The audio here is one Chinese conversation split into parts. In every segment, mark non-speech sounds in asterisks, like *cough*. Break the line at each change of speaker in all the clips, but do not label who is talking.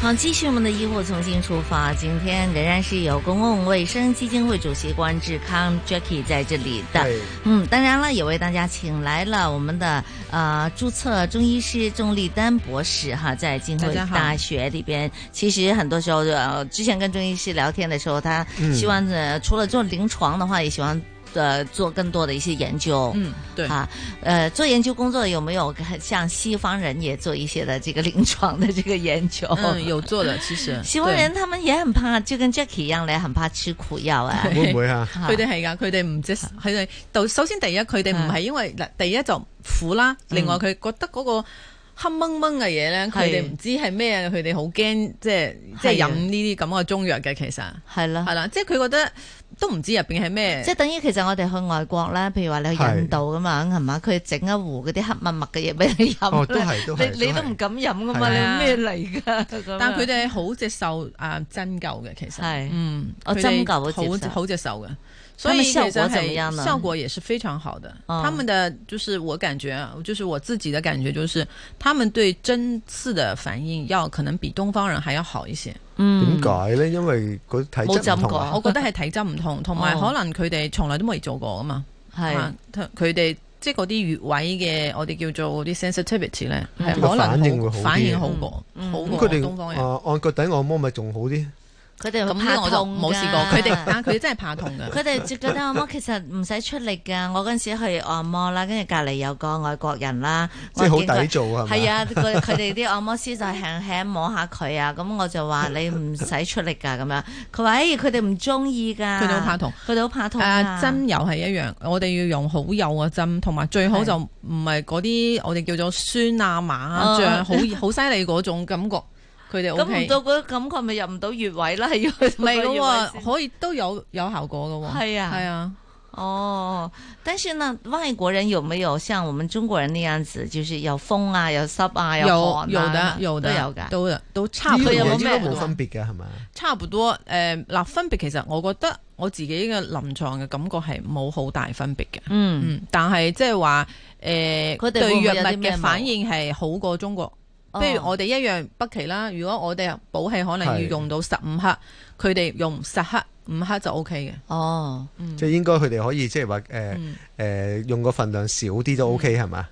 好，继续我们的医护重新出发。今天仍然是有公共卫生基金会主席关志康 Jackie 在这里的。嗯，当然了，也为大家请来了我们的呃注册中医师钟立丹博士哈，在浸会
大家好
大学里边，其实很多时候呃，之前跟中医师聊天的时候，他
嗯
希望、呃除了做临床的话，也喜欢呃做更多的一些研究。
嗯，对，
啊，呃，做研究工作有没有像西方人也做一些的这个临床的这个研究？
嗯，有做的其 *laughs* 實。
西方人他们也很怕，就跟 Jackie 一样咧，很怕吃苦药啊。
對
会唔
*laughs*
会啊？
嚇
*laughs* 佢哋係噶，佢哋唔即佢哋就首先第一，佢哋唔係因為嗱，第一就苦啦，另外佢覺得嗰個黑掹掹嘅嘢咧，佢哋唔知係咩，佢哋好驚，即係即係
係啊
飲呢啲咁嘅中藥嘅，其實
係啦
係，啦，即係佢覺得都唔知入邊係咩，
即係等於其實我哋去外國啦，譬如話你去印度咁啊樣係嘛，佢整一壺嗰啲黑密密嘅嘢俾你飲呢，
哦都係都係
你你
都
都 *laughs*
係
唔敢飲噶嘛，
係啊
你咩嚟㗎？咁
但
樣
佢哋好接受啊針灸嘅，其實
係
嗯，
哦
佢哋
針灸好接受
好好接受嘅，
他
所
們
以
效果
其實
怎麼樣呢
係效果也是非常好的。
哦
他们的就是我感觉啊，就是我自己的感觉，就是他们对针刺的反应要可能比東方人還要好一些。
嗯
点解咧？因为嗰體
冇
質
浸
唔同
過
啊
我覺得係體質唔同，同
*laughs*
埋
哦
可能佢哋從來都未做過啊嘛，
係
啊佢哋。即係嗰啲穴位嘅，我哋叫做嗰啲 sensitivity 咧，係
嗯
可能
反應會
好
好啲
反應好過，
嗯
好
咁
過
佢
東方
哋
人。
啊按腳底按摩咪仲好啲，
佢哋好
咁呢
怕
個我就
痛
冇試過，
㗎
佢哋但係佢哋真係怕痛嘅。
*laughs* 佢哋就覺得按摩其實啊唔使出力㗎，我嗰陣時去按摩啦，跟住隔離有個外國人啦，
即係好
我見佢
抵做啊係咪
係啊，佢佢哋啲按摩師就輕輕摸下佢啊，咁我就話你唔使出力㗎咁樣，佢話誒佢哋唔中意㗎，
佢哋好怕痛，啊
佢哋好怕痛啊
誒
㗎
針呃油係一樣，我哋要用好幼嘅針，同埋最好
係
就唔係嗰啲我哋叫做酸啊、麻啊、
嗯
醬，好好犀利嗰種感覺，佢哋 O
*laughs* 咁
K
唔。到嗰個感覺咪入唔到穴位
*laughs*
啦，係要去到
唔
個
係
穴
嘅
位
喎，
先
可以都有有效果嘅喎。
係啊
係啊，
哦，但是呢，外國人有沒有像我們中國人那樣子，就是有風啊、有濕啊、
有
寒啊
有的
咁樣
有的
都有㗎，
都有都差
呢
唔
樣
佢
多。
有
嘢
冇
應
咩
該冇分別嘅係咪？
差唔多誒嗱，分別其實我覺得我自己嘅臨床嘅感覺係冇好大分別嘅。
嗯。
嗯，但係即係話誒，
佢哋會唔
對
會有
藥
啲
物
咩
嘅
冇
反應係好過中國。
哦
譬如我哋一樣北芪啦，如果我哋補氣可能要
係
用到十五克，佢哋用十克五克就 O K 嘅。
哦，
嗯
即係應該佢哋可以即係話誒
嗯
誒用個份量少啲
嗯
都 OK 係嘛？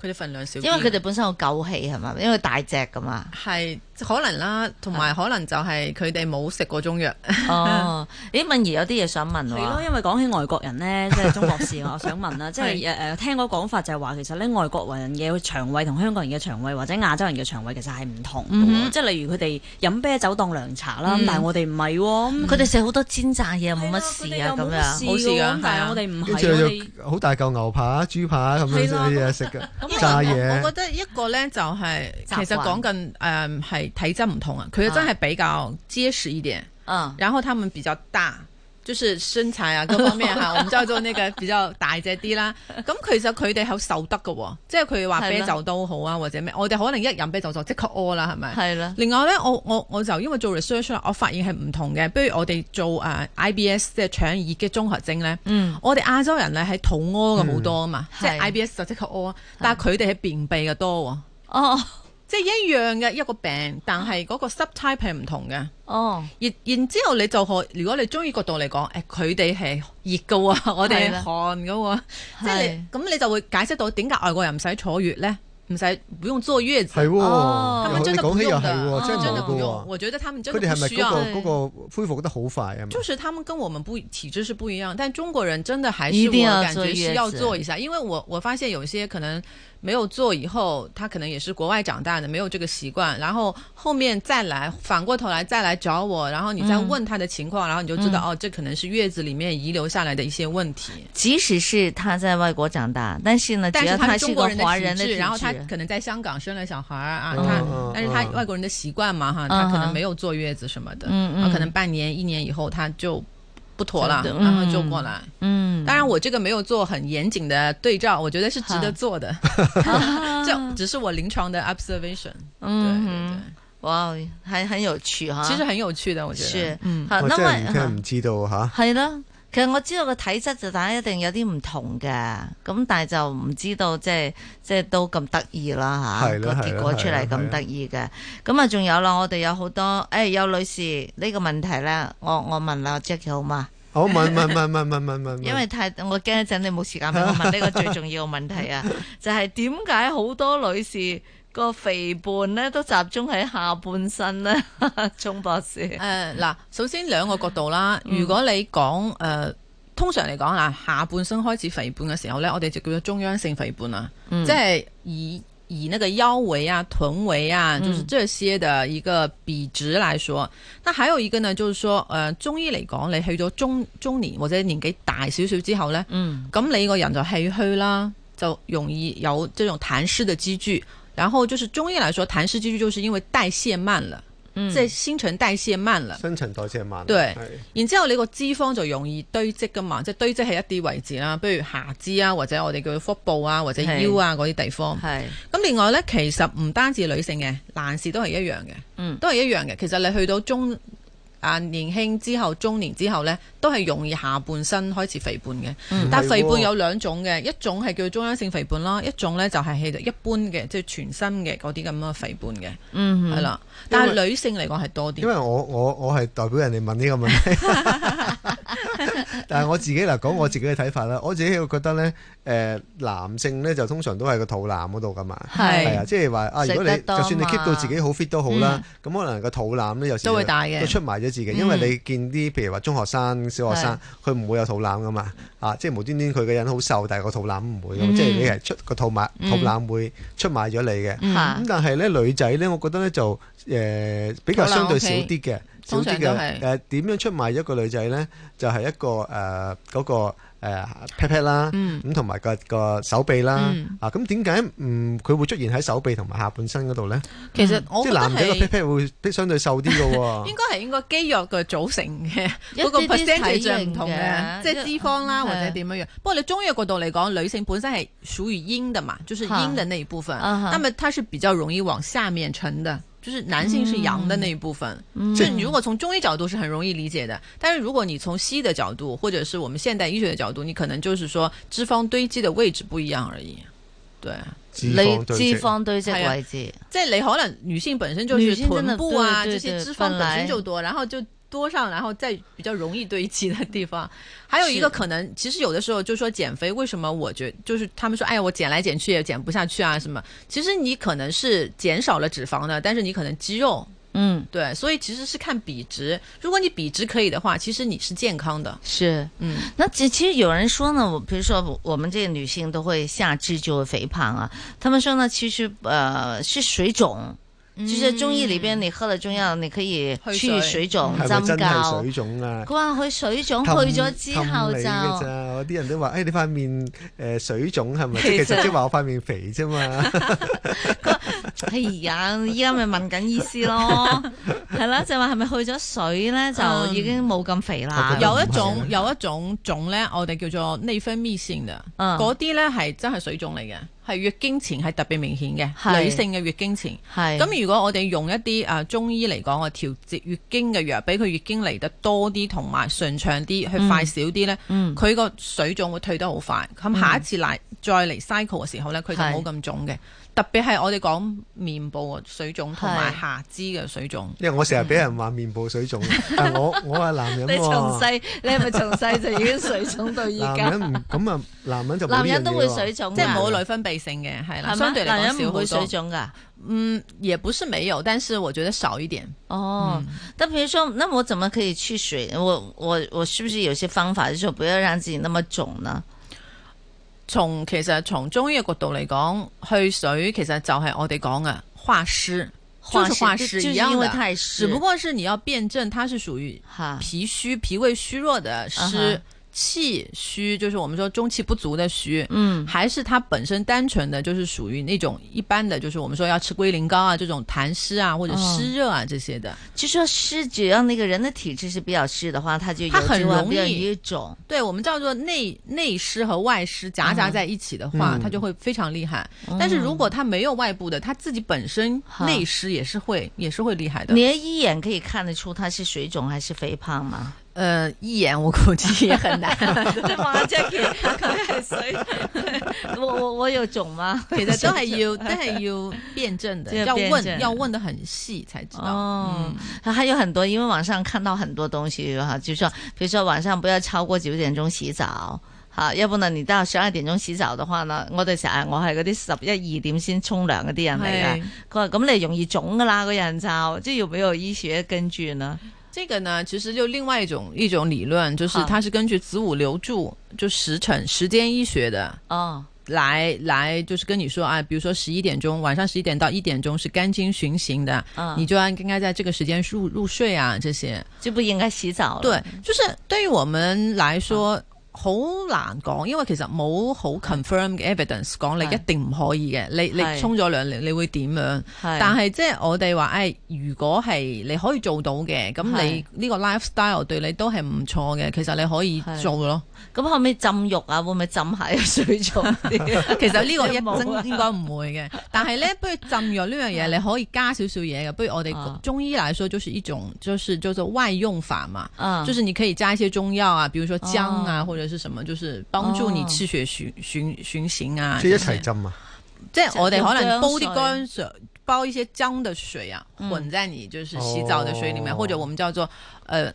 佢哋份量少啲，
因為佢哋本身有夠氣係嘛，因為大隻噶
*laughs*
嘛。
係可能啦，同埋可能就係佢哋冇食過中藥。
哦，咦，敏儀有啲嘢想問
係咯，
喎。
因為講起外國人 *laughs* 咧，即係中國事，我想問啦，即係誒誒，聽嗰個講法就係話，其實咧外國人嘅腸胃同香港人嘅腸胃或者亞洲人嘅腸胃其實係唔同嘅
嗯
喎，
哼
即係例如佢哋飲啤酒當涼茶啦，咁
嗯
但係我哋唔係喎，咁
佢哋食好多煎炸嘢，冇乜
係
事
啦
啊，咁
佢哋又冇乜
樣。
事
冇事
㗎
㗎
咁但
係
係
啊
嗯我哋唔係
跟住
我哋。
就好大嚿牛扒、豬扒咁樣
係啦
啲嘢食嘅
咁啊
炸
因為我我
嘢
覺，得一個咧就係、其
啊習慣
實講緊誒係體質唔同啊，佢哋真係比較結實一點。
嗯，
然后他们比较大，就是身材啊各方面吓、我唔知做呢個比較大隻啲啦。咁其實佢哋係受得嘅喎，即係佢話啤酒都好啊，或者咩，我哋可能一飲啤酒就即刻屙啦，係咪？
係啦。
另外咧，我我我就因為做 research 啦，我發現係唔同嘅。不如我哋做誒、呃 IBS 即係腸易激綜合症咧，
嗯，
我哋亞洲人咧係肚屙嘅好多啊嘛，即係
係
IBS 就即刻屙，啊但係佢哋係便秘嘅多喎，
哦，
即係一樣嘅一個病，但係嗰個 subtype 係唔同嘅。
哦，
然然之後你就可，如果你中醫角度嚟講，誒佢哋係熱㗎喎， *laughs* 我哋
係啦
係寒㗎喎，即係你咁你就會解釋到點解外國人唔使坐月咧，唔使不用坐月子，
係喎。
哦
他
又
們真
你
的不
講起又
用哦
係
的，
喎，真係
真
冇
的不
嘅
用。
喎。
我覺得他們真
佢哋
的
係
不
咪
需
嗰
要。啊
個嗰個恢復得好快啊？嘛？
就是他們跟我們不體質是不一樣，但中國人真的還
一
是
定
我
要
感
坐
覺
月
是要
子
做一下，因為我我发现有些可能没有做以后，他可能也是国外长大的，没有这个习惯，然后后面再来反过头来再来找我，然后你再
嗯
问他的情况，然后你就知道、哦，这可能是月子里面遗留下来的一些问题。
即使是他在外國長大，但是呢，只
但
要
是他
他
是中
是
国
個
人
華人的
的體
體
质，然后他
質，
可能在香港生了小孩儿啊，
嗯
他
嗯
但是他
嗯
外国人的习惯嘛哈，
嗯
他可
嗯
能没有坐月子什么的，
嗯嗯
啊可能半年一年以后他就不妥了，
真的
然后就
嗯
过来。
嗯，
*laughs* 当然，我这个没有做很严谨的对照，我觉得是值
嗯
得做的， *laughs* 这只是我临床的 observation。对对
嗯，
对，
哇，很很有趣哈，
其實很有趣的，我覺得。
是，好，
嗯我
那
真係唔
么
聽唔知道吓。
系啦。其實我知道個體質就大家一定有啲唔同嘅，咁但係就唔知道即係即係都咁得意啦嚇，
係
個
啦係
結
啦
果出
係啦
嚟
係
咁
啦
得意嘅。咁啊仲有啦，我哋有好多誒、哎有女士呢個問題咧，我我問啦 Jackie 好嘛？
好問問問問問
*laughs*
問問，
因為太我驚一陣你冇時間俾我問呢個最重要嘅問題啊，就係點解好多女士個肥胖咧都集中喺下半身咧？鍾博士，
誒呃嗱，首先兩個角度啦，如果你講誒。呃通常嚟講啊，下半身開始肥胖嘅時候呢，我哋就叫做中央性肥胖啦，即係以以那個腰圍啊、臀圍啊，就是這些的一個比值來說。那還有一個呢，就是說，誒、中醫嚟講，你去咗中中年或者年紀大少少之後呢，
嗯
咁你個人就氣虛啦，就容易有這種痰濕的積聚。然後就是中醫來說，痰濕積聚就是因為代謝慢了，
嗯
即係新陳代謝慢了。
新陳代謝慢，啊
對
係
然之後你個脂肪就容易堆積噶嘛，即係堆積喺一啲位置啦，譬如下肢啊，或者我哋叫腹部啊，或者腰啊嗰啲地方。
係
咁另外呢，其實唔單止女性嘅，男士都係一樣嘅，
嗯
都係一樣嘅。其實你去到中啊年輕之後、中年之後呢，都係容易下半身開始肥胖嘅。
嗯
但
係喎
肥胖有兩種嘅，一種係叫中央性肥胖啦，一種呢就係其實一般嘅，即係全身嘅嗰啲咁嘅肥胖嘅，
嗯
係啦。但係女性嚟講係多啲
因。為我我我係代表人哋問呢個問題，但係我自己嚟講我自己嘅睇法啦，我自己會覺得咧，誒、男性咧就通常都係個肚腩嗰度噶嘛，
係
係啊，即係話啊，
食
如
得
果你
多
就算你 keep 到自己好 fit 都好啦，咁、可能個肚腩咧有時
都會大嘅
都出賣咗自己，因為你見啲譬如話中學生、小學生，佢唔會有肚腩噶嘛，啊，即係無端端佢嘅人好瘦，但係個肚腩唔會㗎嘛，即係你係出個肚腩肚腩會出賣咗你嘅。
嚇
咁但係咧女仔咧，我覺得咧就誒、呃比較相對少啲嘅，少
通
啲
常都係
嘅誒點樣出賣一個女仔咧，就係、一個誒嗰、個誒 pat pat 啦，咁同埋個個手臂啦，啊咁點解唔佢會出現喺手臂同埋下半身嗰度咧？
其實我覺
即係
得
男仔個
係
pat。pat 會相對瘦啲嘅
*laughs*
喎
應。該係應該肌肉嘅組成嘅
一
嗰個
啲啲體
percentage
型
係唔同
嘅
嘅，即係脂肪啦
一嗯
或者點樣樣。不過你中醫嘅角度嚟講，女性本身係屬於陰的嘛，就是陰的那一部分，
啊哈
那麼它是比較容易往下面沉的。就是男性是阳
嗯
的那一部分，所以如果从中医角度是很容易理解的，但是如果你从西医的角度，或者是我们现代医学的角度，你可能就是说脂肪堆积的位置不一样而已。对，
脂肪
你
對
脂
直
肪堆積
係啊
位置，
即係你可能女性本身就
女
是
性真的
臀部啊，
对对
这些
对
脂肪
本
本
来
身就多，然后就多上，然后再比较容易堆积的地方。还有一个
是
可能，其实有的时候就说减肥，为什么我觉就是他们说，哎呀，我减来减去也减不下去啊什么？其实你可能是减少了脂肪的，但是你可能肌肉。
嗯，
对，所以其实是看比值。如果你比值可以的话，其实你是健康的。
是。
嗯，
那其其实有人说呢，我比如说我我们这个女性都会下肢就会肥胖啊，他们说呢，其实呃是水肿。就是中医里边，你喝了中药，你可以
嗯
去
去水
水肿、
係咪
針
真係
灸
水。腫啊
佢？話佢水腫
氹
去咗之後
氹你嘅咋
就，
有啲人都話：，誒、你塊面誒、水腫係咪？
其
即
實
係其實即係話我塊面肥啫嘛。
*laughs* 哎呀，依家咪問緊醫師咯， *laughs* 係啦，就話係咪去咗水咧就
嗯
已經冇咁肥啦
嗯？
有一種有一種腫咧，我哋叫做內分泌腺嘅，
嗯
嗰啲咧係真係水腫嚟嘅，係月經前係特別明顯
係
嘅，女性嘅月經前。
係
咁如果我哋用一啲啊中醫嚟講，我調節月經嘅藥，俾佢月經嚟得多啲同埋順暢啲，去快少啲咧，
嗯
佢個、水腫會退得好快。咁下一次嚟、再嚟 cycle 嘅時候咧，佢就冇咁腫嘅。特別嗯係我哋講面部嘅啊水腫同埋
係
下肢嘅水腫。
因為我成日俾人話面部水腫，但我我係男人
你從
喎，
細你係咪從細就已經水腫到而
男
家？
人唔咁啊，男人就冇呢
男人
樣
都
嘢
會
喎
水腫㗎，
即係冇內分泌性嘅，係啦，
係
相對嚟
男
講
人
少
唔
好
會水
多。
腫噶。
嗯，也不是沒有，但是我覺得少一點。
哦，但比如说，那我怎么可以去水？我我我是不是有些方法，就是说不要让自己那么肿呢？
從其實從中醫嘅角度嚟講，去水其實就係我哋講嘅化濕，就是化
就
濕
就是
一樣
因為
的。
太濕，
只不過是你要辨證它是屬於
哈
脾虛、脾胃虛弱的
啊
濕
哈，
气虚，就是我们说中气不足的虚，
嗯
还是它本身单纯的就是属于那种一般的，就是我们说要吃龟苓膏啊这种痰湿啊
哦
或者湿热啊这些的。
就说湿，只要啊那个人的体质是比较湿的话，他就有
他很
这种
容
比较
易
有一种
对，我们叫做内内湿和外湿夹杂在一起的话，
嗯
它就会非常厉害。
哦
但是如果它没有外部的，它自己本身
哈
内湿也是会也是会厉害的。
你一眼可以看得出他是水肿还是肥胖 *laughs* 吗？
呃，一眼我估计也很
*laughs*
难。
你望下 Jackie，佢系水， *laughs* 我我我有肿吗？
其實都係
*laughs*
要，都係要辩证的，
就要
要
辩证
問，要問得很細才知道。嗯
哦，还有很多，因为网上看到很多东西哈，就说比如说晚上不要超过九点钟洗澡。吓，要不然你到十二點鐘洗澡嘅話呢，我哋成日我係嗰啲十一二點先沖涼嗰啲人嚟嘅
係。
佢話咁你容易腫噶啦，個人就即係有冇有醫學根據呢？
這個呢，其實就另外一種一種理論，就是
好
它是根據子午流注，就時辰時間醫學的。
哦，
来来，就是跟你说啊，比如说十一点钟，晚上十一点到一点钟是肝經循行的，
嗯
你就应该在这个时间入入睡啊，这些。
就不應該洗澡啦。
對，就是對於我們來
嗯
說好難講，因為其實冇好 confirm 嘅 evidence 講你
係
一定唔可以嘅，
嗯
你
係
你沖咗涼你你會點樣？
係，
但係即係我哋話，誒、如果係你可以做到嘅，咁
係
你呢個 lifestyle 對你都係唔錯嘅，其實你可以
係
做咯。
咁可唔可以浸浴啊？會唔會浸喺水中啲？
*laughs* 其實
*laughs*
呢個一
冇啊
真應該唔會嘅，但係
*laughs*
咧，不如浸藥呢樣嘢你可以加少少嘢嘅，不如我
啊
哋中醫來說就是一種就是叫做外用法嘛。
啊
就是你可以加一些中藥啊，比如说姜啊，或者是什么，就是帮助
啊
你气血循循循行啊。
即係
这
一
些
齊浸啊！
即系我哋可
用姜
能煲啲
水嗯
姜水，煲一些姜的水啊，混在你就是洗澡的水里面，
哦
或者我们叫做呃，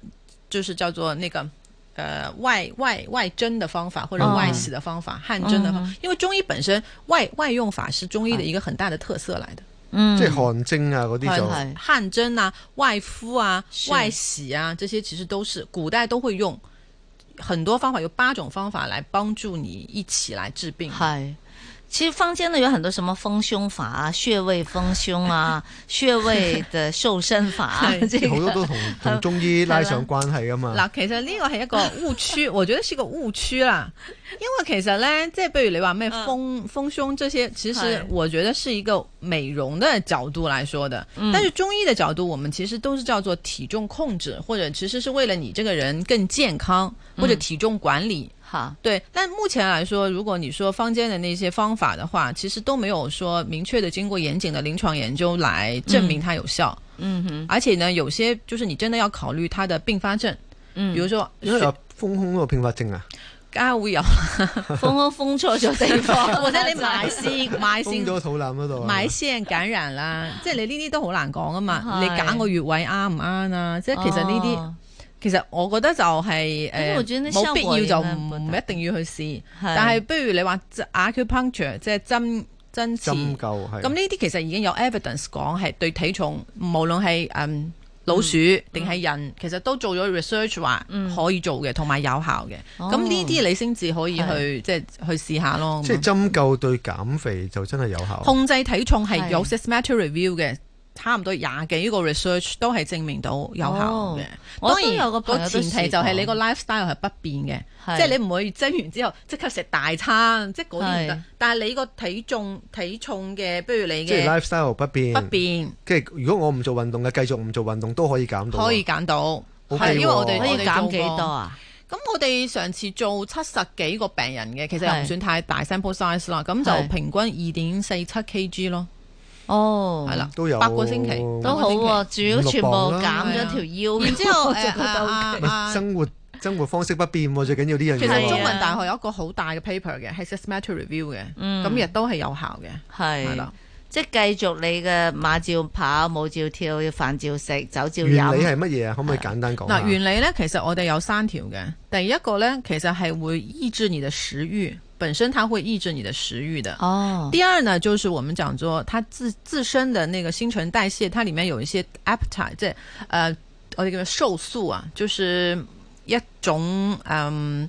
就是叫做那个。呃，外外外蒸的方法或者
嗯
外洗的方法，汗蒸的方法，因为中医本身外外用法是中医的一个很大的特色来的，
嗯
即係汗蒸啊嗰啲就
係
汗蒸啊、外敷啊、
是
外洗啊，这些其实都是古代都会用很多方法，有八种方法来帮助你一起来治病。
系。其实坊间呢有很多什么丰胸法啊、穴位丰胸
*laughs*
啊、穴位的瘦身法啊，
是
这
好多
个
都同同中醫拉上關係噶嘛。
嗱，其實呢個係一個誤區，我覺得是一個誤區啦。因為其實呢，即係譬如你話咩
嗯
丰丰胸這些，其實
是
我覺得是一個美容的角度來說的。但是中醫的角度，我們其實都是叫做體重控制，或者其實是為了你這個人更健康，或者體重管理。
哈，
对，但目前来说，如果你说坊间的那些方法的话，其实都没有说明确的经过严谨的临床研究来证明它有效。
嗯哼，
而且呢，有些就是你真的要考慮它的并發症，
嗯
比如說
因為有豐胸嗰個併發症啊，
梗
*laughs*
係會有，
封封封错咗地
*laughs*
方，
或者你埋線 *laughs* 埋
封
線
咗肚腩嗰度啊。
埋線感染啦，即係你呢啲都好難講啊嘛。
係
你揀個穴位啱唔啱啊？即係其實呢啲，
哦
其實我覺得就係、誒，
因為我覺得呢
冇必
效果應該
要就唔
不大
唔一定要去試。
係
但係不如你話即係 acupuncture 即係針針
針
刺，
灸係
咁呢啲其實已經有 evidence 講係對體重，無論係嗯。老鼠定係
嗯
人，其實都做咗 research 話可以做嘅，同埋有效嘅。
哦
咁呢啲你先至可以去即係去試下咯。
即係針灸對減肥就真係有效。
控制體重係有
係
systematic review 嘅，差唔多廿幾個 research 都係證明到有效嘅。
哦
當
我都有個
然
朋友
個
都
前提就係你個 lifestyle 係不變嘅，
係
即係你唔可以蒸完之後即刻食大餐，即係嗰啲唔
係
得。但係你個體重體重嘅，不如你
即係
嘅
lifestyle 不變。
不變
即係如果我唔做運動嘅，繼續唔做運動都可以減到啊。
可以揀到。
OK
係因為我哋
可
喎
以
我哋
減
做
幾
過
多啊？
咁我哋上次做七十幾個病人嘅，其實又
係
唔算太大 sample size 啦，咁
係
就平均二點四七 kg 咯，
哦，
係啦，
嗯都有
八個星期
都好喎，主要全部
五六磅
減
啦
咗條腰，*laughs*
啊然之後
我就
誒
覺得 OK
啊
*laughs*
啊
生活生活方式不變喎，最緊要呢樣嘢喎。
其實中
係啊
文大學有一個好大嘅 paper 嘅，係 systematic review 嘅，
嗯
咁亦都係有效嘅，係
係
啦。
即係繼續你嘅馬照跑，舞照跳，飯照食，酒照
原理
飲，
係乜嘢啊？可唔可以簡單講下？
嗱，原理咧，其實我哋有三條嘅。第一個咧，其實係會抑制你的食欲，本身它會抑制你的食欲的。
哦，
第二呢，就是我们讲说它自自身的那个新陈代谢，它里面有一些 appetite，即係呃我哋叫做瘦素啊，就是一種嗯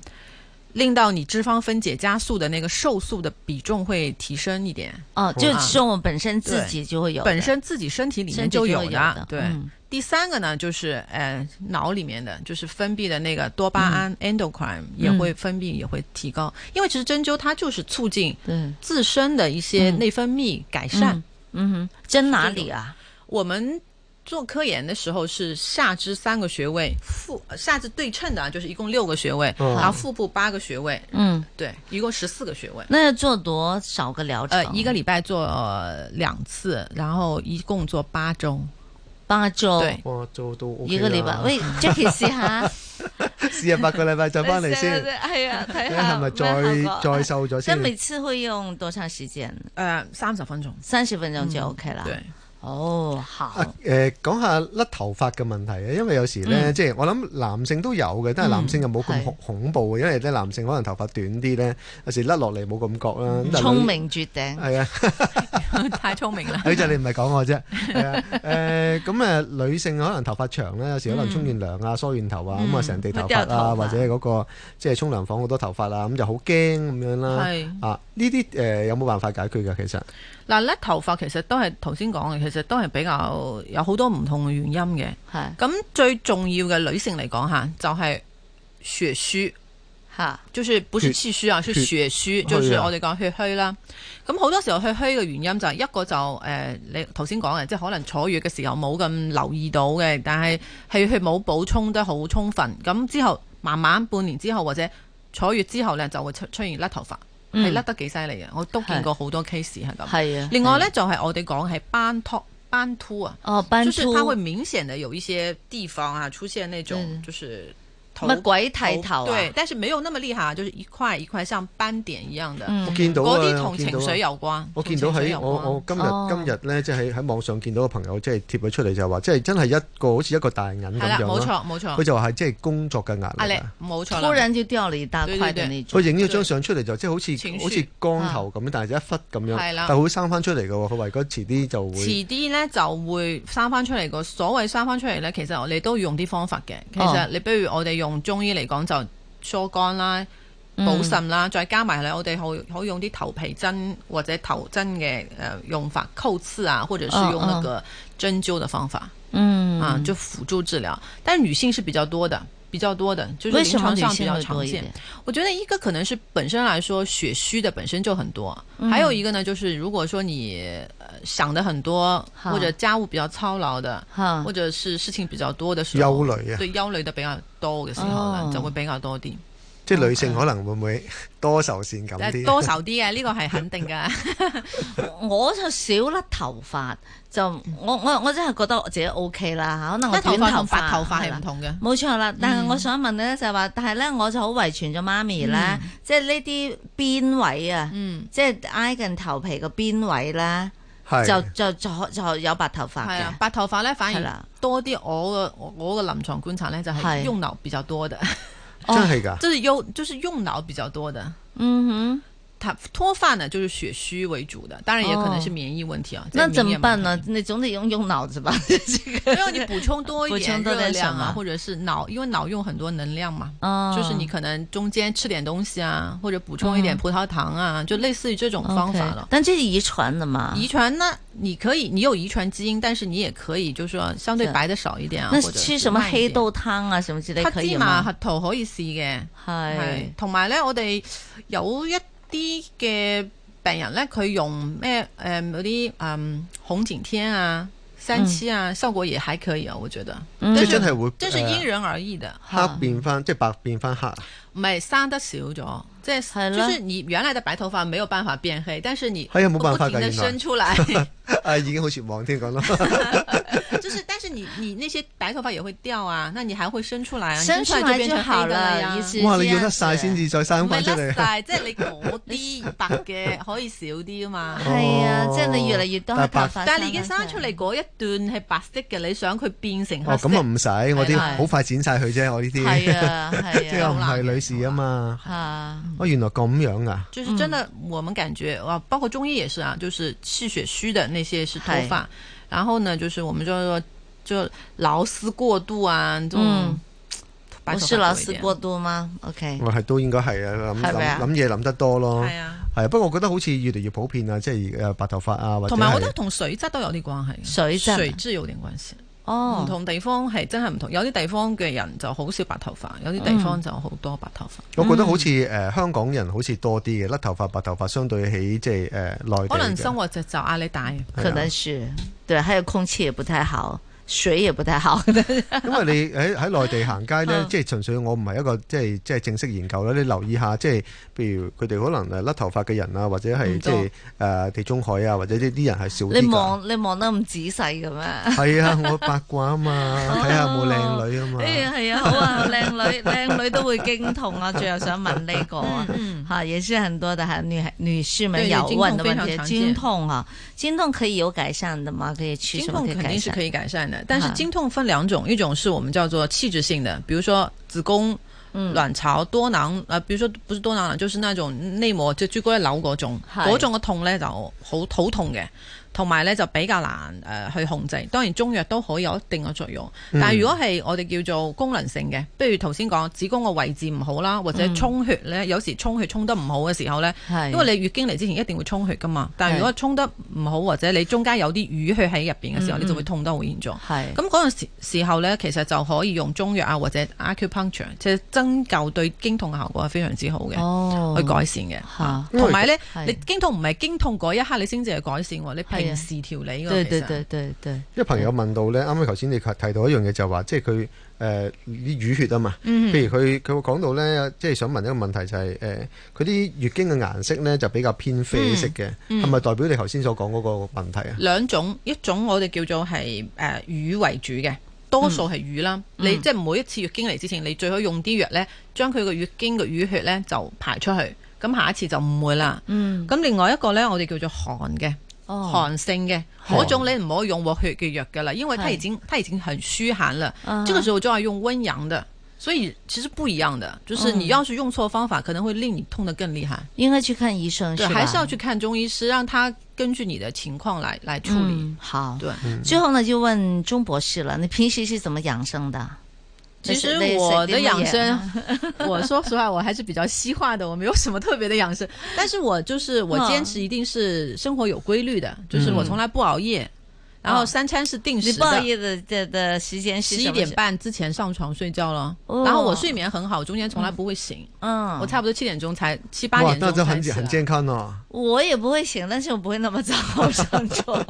令到你脂肪分解加速的那个瘦素的比重会提升一点。
哦，就
啊
是我本身自己就會有嘅，
本身自己身体里
身
面
体
就
就
有
会
的，对。
嗯
第三个呢，就是呃脑里面的就是分泌的那个多巴胺
嗯
（endocrine） 也会分泌也会提高，因为其实针灸它就是促进
对，
自身的一些
嗯
内分泌改善。
嗯嗯哼，针哪里啊？
我们做科研的时候是下肢三个穴位，腹下肢对称的啊，就是一共六个穴位，
嗯
然后腹部八个穴位，
嗯，
对，一共十四个穴位。
那要做多少个疗程？
呃，一个礼拜做、呃两次，然后一共做八周。
八周，
对
哇，做到 OK 啦
一個禮拜。喂，Jackie
啊
試
*laughs*
下，
試下八個禮拜再翻 *laughs* 嚟先，
哎
係啊，睇
睇
下
下係咪 *laughs*
咩效果
再再瘦咗
但
先。
每次會用多長時間？
呃，三十分钟。
三十分鐘就 OK 啦。
嗯对，
哦，好
啊，誒講下甩頭髮嘅問題啊，因為有時咧，即係我諗男性都有嘅，但係男性就冇咁
係
恐恐怖嘅，因為咧男性可能頭髮短啲咧，有時甩落嚟冇咁覺啦。咁但係女
聰明絕頂。
係啊，
*laughs* 太聪明啦。
女仔你哎唔係講我啫，係啊，誒咁誒女性可能頭髮長咧，有時可能沖完涼
嗯
啊、梳完頭啊，咁啊成地頭髮啊，或者嗰個即係沖涼房好多頭髮啊，咁就好驚咁樣啦。
系
啊，呢啲誒有冇辦法解決㗎？其實
嗱，甩頭髮其實都係頭先講嘅，其實都係比較有好多唔同嘅原因嘅。
係
咁最重要嘅女性嚟講吓，就係血虛。
嚇，
就是不是氣虛啊，
血
是血虛，
虛
就是
啊
我哋講血虛啦。咁好多時候血虛嘅原因就係一個就誒、呃你頭先講嘅，即係可能坐月嘅時候冇咁留意到嘅，但係氣血冇補充得好充分，咁之後慢慢半年之後或者坐月之後咧就會出出現甩頭髮，係、
嗯
甩得幾犀利嘅，啊我都見過好多 case 係咁。
係啊。
另外咧就係、我哋講係斑托斑秃啊，
哦，斑
就是
秃
它會明顯的有一些地方啊出現那種
嗯
就是頭
乜鬼剃頭啊？
对，，但是没有那么厉害啊，就是一块一块像斑点一样的，
嗯
我見到啊
嗰啲同
我見
情
到啊
緒有關。
我見到
同情緒
喺
有關啊
我我今日
哦
今日咧，即係喺喺網上見到個朋友即係貼咗出嚟就話，即係真係一個好似一個大銀咁
係啦，冇
樣啦。
錯冇
啊佢
錯，
就話係即係工作嘅壓
壓
力
力
啊。
冇錯啦。
突然就掉了一大塊的
對對對
那種。
佢影咗張相出嚟就即係好
情
似
緒
好似光頭咁，但係就一忽咁樣，
係啦
但係會生翻出嚟嘅喎。佢話如果遲啲就會
遲啲咧就會生翻出嚟個所謂生翻出嚟咧，其實我哋都要用啲方法嘅。其
哦
實你不如我哋用中醫嚟講就疏肝啦、
嗯
補腎啦，再加埋咧我哋好好用啲頭皮針或者頭針嘅誒呃用法，扣刺啊，或者是
嗯
用那個針灸的方法。
嗯
啊，就辅助治疗。但女性是比较多的，比较多的，就是
为
临
什么
床
女
上比
性
较
会多
常
一
见
点。？
我觉得一个可能是本身来说血虚的本身就很多，
嗯
还有一个呢就是如果说你呃想的很多，
哈
或者家务比较操劳的，
哈
或，者是事情比较多的时候，
憂慮啊，
对憂慮的比較多嘅時候
哦
呢，就會比較多啲，
即係女性可能會唔會 *laughs* 多愁善感
但係
啲？
多愁啲嘅啊呢個係肯
*laughs*
定㗎。
我就少甩頭髮，就我我我真係覺得我自己 O K 啦，可能我
甩 *laughs* 頭
哦短
髮
頭
同白
髮
頭髮係
啦
唔同嗯嘅。
冇錯啦，但係我想問咧就係話，但係咧我就好遺傳咗媽咪咧，即係呢啲邊位啊，
嗯，
即係挨近頭皮個邊位咧，就
係
就就就有白頭髮
係
嘅
啊，，白頭髮咧反
係
而
啦，
多啲。我嘅我我嘅臨床觀察咧就係
係
用腦比較多的。
真係㗎。
就是用就是用脑比较多的。
嗯哼，
它脱发呢，就是血虚为主的，当然也可能是免疫问题啊。
哦那
这
怎
免疫
麼
也
辦
蛮
呢？ *laughs* 你總得用用腦子
*laughs*
吧，這個
可能？没有你补充多
补
一
充
点
多
热
点什
量
么
啊，或者是脑，因为脑用很多能量嘛，
哦
就是你可能中间吃点东西啊，或者补充一点葡萄糖啊，
嗯
就类似于这种方法
哦 OK，
了。
但這是遺傳的嘛，
遗传呢，你可以，你有遗传基因，但是你也可以，就是说相对
是
白的少一点啊，
那
或者
吃
是
什麼
慢一
黑
点
豆湯啊，什麼之類可
黑
以
芝麻、
嗎？
核桃可以試嘅。
係
係，同埋咧，我哋有一啲嘅病人咧，佢用咩誒嗰啲嗯紅景天啊、三七啊，效果也還可以啊，我覺得。
嗯
即係真哎係會
真是因人而異的，
誒黑變翻，即係白變翻黑啊。 *laughs*
唔係生得少咗，即
係
係
啦
就是你原來的白頭髮沒有辦法變黑，但是你
哎呀冇辦法㗎
不停地
原來
生出
*laughs*
來，
啊，已經好絕望
*laughs*
添講咯。
就是但是你你那些白頭髮也會掉啊，那你還會生出來啊，你
生出
出來
來
就變
就
成
好
黑的
了，
了呀
一。次
*laughs* 哇！你
這
要
樣
得晒
子
先至再生
唔
翻
係甩
出嚟。
晒，即
*laughs*
係你嗰啲白嘅可以少啲啊嘛。
係啊，
哦
即係你越嚟越多
但係
頭
白
髮，
但係你已經生出嚟嗰一段係白色嘅，你想佢變成
哦，
黑色？
咁啊唔使，
係
我啲
啦
好快剪晒佢啫，我呢啲，
係啊，
*laughs*
*laughs*
即
係
係
啊，
我唔係女士啊嘛。
啊，
哦，原來咁樣啊，
就是真的，我們感覺哇，包括中醫也是啊，就是氣血虛的那些是脱髮，然後呢，就是我們就說就勞思過度啊，這
嗯
种白
我
頭髮
是老
多一
師
點
過度嗎？OK，
我係都應該係啊，諗
係咪啊
諗諗嘢諗得多咯，
係啊，
係啊。不過我覺得好似越嚟越普遍啊，即係誒白頭髮啊，或者
同埋我覺得
係
同水質都有啲關係，
水質啊
水質有點關係，
哦
唔，同地方係真係唔同，有啲地方嘅人就好少白頭髮，有啲地方就好多白頭髮。
我覺得好似誒、呃香港人好似多啲嘅，甩頭髮、白頭髮相對起即係誒呃內地嘅
可能生活節奏壓力大，
係啊
可能是对，還有空氣也不太好，水也不太 *laughs* 好。
因為你呃喺喺內地行街咧
啊
嗯，
即係純粹我唔係一個即係即係正式研究啦。你留意下，即係譬如佢哋可能誒甩頭髮嘅人啊，或者係
唔
即
多
係誒地中海啊，或者呢啲人係少啲
你
㗎。
望你望得咁仔細嘅咩？
係啊，我八卦啊嘛，睇下有冇靚女啊
*laughs*
嘛。
哎呀，係啊，好啊， *laughs* 靚女靚女都會經痛啊！最後想問呢個啊，哈，也是很多的哈女孩女士們
對
有
經
問
痛
的
非
問
常
題，
常
經
見
痛啊，經痛可以有改善的嗎？可以吃
經
什麼
痛
可以
肯
改
定是
善
可？以改善的，但是
啊
經痛分兩種，一種是我們叫做器質性的，比如說子宮、
嗯
卵巢、多囊，啊、比如說不是多囊卵，就是那種內膜即係朱古力瘤嗰種，
係
嗰種嘅痛呢就好好痛嘅，同埋呢就比較難誒、呃去控制。當然中藥都可以有一定嘅作用，
嗯
但係如果係我哋叫做功能性嘅，譬如頭先講子宮嘅位置唔好啦，或者
嗯
充血呢，有時充血充得唔好嘅時候呢。
係
因為你月經嚟之前一定會充血噶嘛，但係如果充得唔好或者你中間有啲淤血喺入邊嘅時候，
嗯
你就會痛得好嚴重。
係
咁嗰陣時時候呢，其實就可以用中藥啊或者 acupuncture，即係針灸對經痛嘅效果係非常之好嘅，
哦
去改善嘅。
嚇
啊同埋呢，
係
你經痛唔係經痛嗰一刻你先至係改善喎，你
係啊
平時調理㗎
對
其實
對對對對，
因為朋友問到咧，啱啱頭先你提提到一樣嘢就係話，即係佢誒啲淤血啊嘛。
嗯
譬如佢佢會講到咧，即係想問一個問題就係誒佢啲月經嘅顏色咧就比較偏啡
嗯
色嘅，係咪代表你頭先所講嗰個問題啊？
兩種，一種我哋叫做係誒乳為主嘅，多數係乳啦。
嗯
你
嗯
即係每一次月經嚟之前，你最好用啲藥呢，將佢個月經嘅淤血呢就排出去，咁下一次就唔會啦。
嗯，
咁另外一個呢，我哋叫做寒嘅，
哦，
寒性嘅
係
嗰種你唔可以用活血嘅藥㗎啦，因為它已經它已經很虛寒了。
啊
這個時候就要用溫陽的，所以其實不一樣的，就是
嗯
你要是用錯方法，可能會令你痛得更厲害。
應該去看醫生
对，
是吧？
還是要去看中醫師，讓他根據你的情況來來處理。
嗯，好。
对。
最後呢，就問鍾博士了，你平時是怎麼養生的？
其
那
实
是那是
我的
那是
养生， *laughs* 我说实话，我还是比较西化的，我没有什么特别的养生。但是我就是我
嗯
坚持一定是生活有规律的，就是我从来不熬夜，然后
哦
三餐是定
你
时
不好
的，
意思的的时间是
十
什
一
麼
点
时，
半之前上床睡觉了。
哦
然后我睡眠很好，中间从来不会醒，
嗯，
我差不多七点钟才七八
哇
点，
那
钟
就
才
很
起
很
来。
健康哦。
我也不会醒，但是我不会那么早上
*laughs*
床，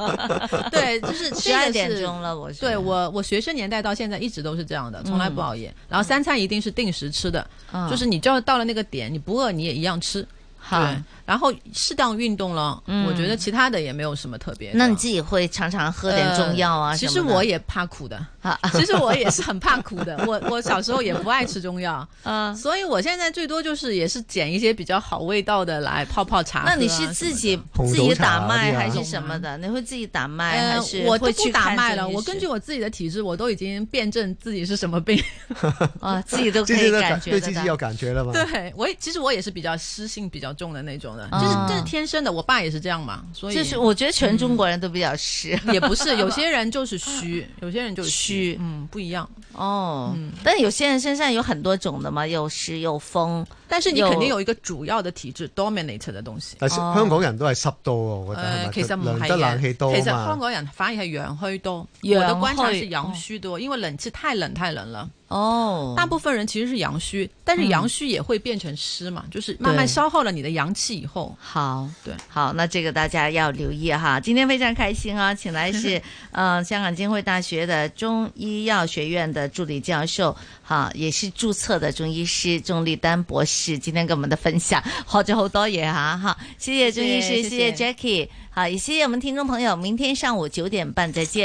对，就是这
十
个
二
是
点钟了，我是
对，我，我学生年代到现在一直都是这样的，从来不
嗯
熬夜。然后三餐一定是定时吃的，
嗯
就是你就到了那个点，你不饿你也一样吃。
好。
对，然后适当运动了，
嗯
我觉得其他的也没有什么特别的。
那你自己会常常喝点中药啊
呃其
什
实
么的
我也怕
*laughs*
苦的，
啊，
其实我也是很怕苦的。我我小时候也不爱吃中药，
嗯，
所以我现在最多就是也是捡一些比较好味道的来泡泡茶喝啊
那
什么的。嗯
你是自己
红
自己
枣茶
打
啊
麦
这样
还是什么的？你会自己打麦
呃
还是？
我都
会
不
去
打
看
脉
中
了，
医
我
师
根据我自己的体质，我都已经辨证自己是什么病。 *laughs*
啊自己都可
自己
以
都
感觉
对
得
自
到
己有感
*laughs*
觉了嘛？
对我也，其实我也是比较湿性比较重的那种的，
嗯
就是这是天生的。我爸也是这样嘛，所以嗯
就是我觉得全中国人都比较湿
*laughs* 也不是有些人就是虚，有些人就是虚，嗯，不一样。
哦，
嗯
但有些人身上有很多种的嘛，有湿有风，
但是你
有
肯定有一個主要的體質 dominate 嘅東西。
但是
哦
香港人都係濕多喎，我覺得係
誒
咪？
呃其實唔
涼
係
得冷氣
嘅，
多啊
其實香
嘛。
港人反而係陽虛哦多。
陽虛
我的觀察是陽虛多，因為冷氣太冷太冷了。
哦，
大部分人其實是陽虛，但是陽虛也會變成濕嘛，就是慢慢
對
消耗了你的陽氣以後，
好，
对，
好，那这个大家要留意哈。今天非常开心啊，请来
*laughs*
是呃香港浸会大学的中医药学院的助理教授，哈，也是注册的中医师钟丽丹博士，今天跟我们的分享学咗好多嘢哈，哈，谢谢钟医师，
谢谢
谢谢 Jackie，好，也谢谢我们听众朋友，明天上午九点半再见。